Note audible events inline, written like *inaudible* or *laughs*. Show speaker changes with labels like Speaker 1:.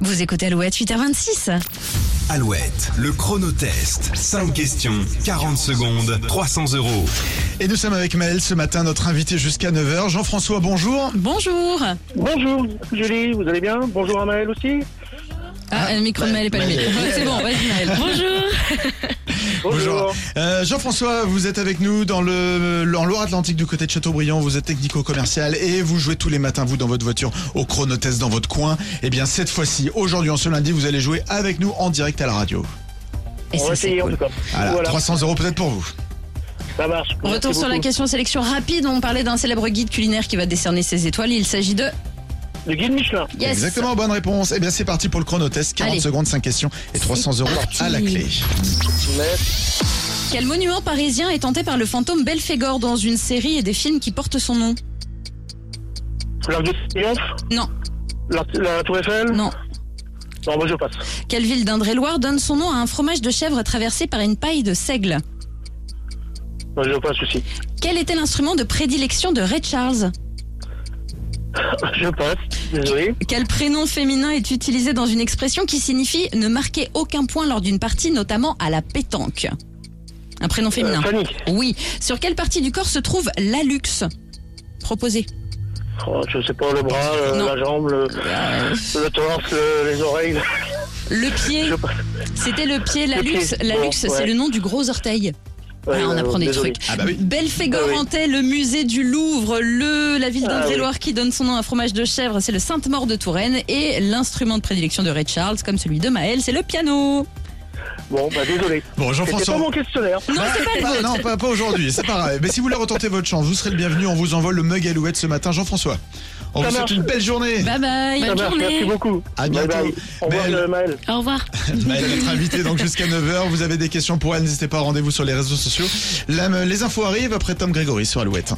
Speaker 1: Vous écoutez Alouette 8h26.
Speaker 2: Alouette, le chronotest. 5 questions, 40 secondes, 300 euros.
Speaker 3: Et nous sommes avec Maël ce matin, notre invité jusqu'à 9h. Jean-François, bonjour.
Speaker 1: Bonjour.
Speaker 4: Bonjour Julie, vous allez bien Bonjour à Maël aussi
Speaker 1: Ah, le micro de Maël est pas allumé. Ouais, C'est bon, vas-y Maël. Bonjour.
Speaker 3: Euh, Jean-François, vous êtes avec nous dans le, en Loire-Atlantique du côté de Châteaubriand. Vous êtes technico-commercial et vous jouez tous les matins, vous, dans votre voiture, au chronotest dans votre coin. Eh bien, cette fois-ci, aujourd'hui, en ce lundi, vous allez jouer avec nous en direct à la radio.
Speaker 1: Et
Speaker 4: On va
Speaker 1: ça, c'est
Speaker 4: essayer en
Speaker 1: cool.
Speaker 4: tout cas.
Speaker 3: Voilà, 300 euros peut-être pour vous.
Speaker 4: ça marche.
Speaker 1: Retour
Speaker 4: Merci
Speaker 1: sur la
Speaker 4: beaucoup.
Speaker 1: question sélection rapide. On parlait d'un célèbre guide culinaire qui va décerner ses étoiles. Il s'agit de.
Speaker 4: Le guide Michelin.
Speaker 1: Yes.
Speaker 3: Exactement, bonne réponse. Eh bien, c'est parti pour le chronotest. 40
Speaker 1: Allez.
Speaker 3: secondes, 5 questions et 300 euros
Speaker 1: parti.
Speaker 3: à la clé.
Speaker 1: Quel monument parisien est tenté par le fantôme Belphégor dans une série et des films qui portent son nom
Speaker 4: L'arc de triomphe
Speaker 1: Non,
Speaker 4: L'arc- La tour Eiffel
Speaker 1: non.
Speaker 4: Non, moi je passe.
Speaker 1: Quelle ville d'Indre-et-Loire donne son nom à un fromage de chèvre traversé par une paille de seigle
Speaker 4: Moi je passe aussi. *laughs*
Speaker 1: Quel était l'instrument de prédilection de Ray Charles
Speaker 4: Je passe, désolé.
Speaker 1: Quel prénom féminin est utilisé dans une expression qui signifie ne marquer aucun point lors d'une partie, notamment à la pétanque Un prénom féminin.
Speaker 4: Euh, Fanny.
Speaker 1: Oui. Sur quelle partie du corps se trouve l'allux Proposé.
Speaker 4: Oh, je sais pas, le bras, euh,
Speaker 1: Non.
Speaker 4: la jambe, le, le torse, le- les oreilles.
Speaker 1: Le pied.
Speaker 4: Je passe.
Speaker 1: C'était le pied, l'allux.
Speaker 4: pied.
Speaker 1: L'allux,
Speaker 4: Bon,
Speaker 1: c'est
Speaker 4: ouais.
Speaker 1: le nom du gros orteil. Voilà, on
Speaker 4: euh,
Speaker 1: apprend des
Speaker 4: désolé.
Speaker 1: trucs.
Speaker 3: Ah bah oui.
Speaker 4: Ah oui.
Speaker 1: Belphégor-Hantais, le musée du Louvre, le, la ville
Speaker 4: Ah
Speaker 1: d'Indre-et-Loire qui donne son nom à un fromage de chèvre, c'est le Sainte-Maure de Touraine. Et l'instrument de prédilection de Ray Charles, comme celui de Maël, c'est le piano.
Speaker 4: Bon, bah désolé.
Speaker 3: Bon,
Speaker 4: C'était
Speaker 3: Jean-François.
Speaker 4: pas mon questionnaire.
Speaker 1: Non, c'est pas
Speaker 3: Bah, Pas- non, pas, pas aujourd'hui, c'est pas grave. Mais si vous voulez retenter votre chance, vous serez le bienvenu. On vous envole le mug Alouette ce matin, Jean-François. On
Speaker 4: Ça
Speaker 3: vous souhaite
Speaker 4: marche.
Speaker 3: une belle journée.
Speaker 1: Bye bye.
Speaker 4: Ça marche, merci beaucoup.
Speaker 3: À bientôt.
Speaker 4: Bye bye. Au revoir,
Speaker 3: Maël.
Speaker 4: euh, Maël.
Speaker 1: Au revoir.
Speaker 3: Maëlle, notre invitée, donc jusqu'à 9h. Vous avez des questions pour elle, n'hésitez pas, rendez-vous sur les réseaux sociaux. La- les infos arrivent après Tom Grégory sur Alouette.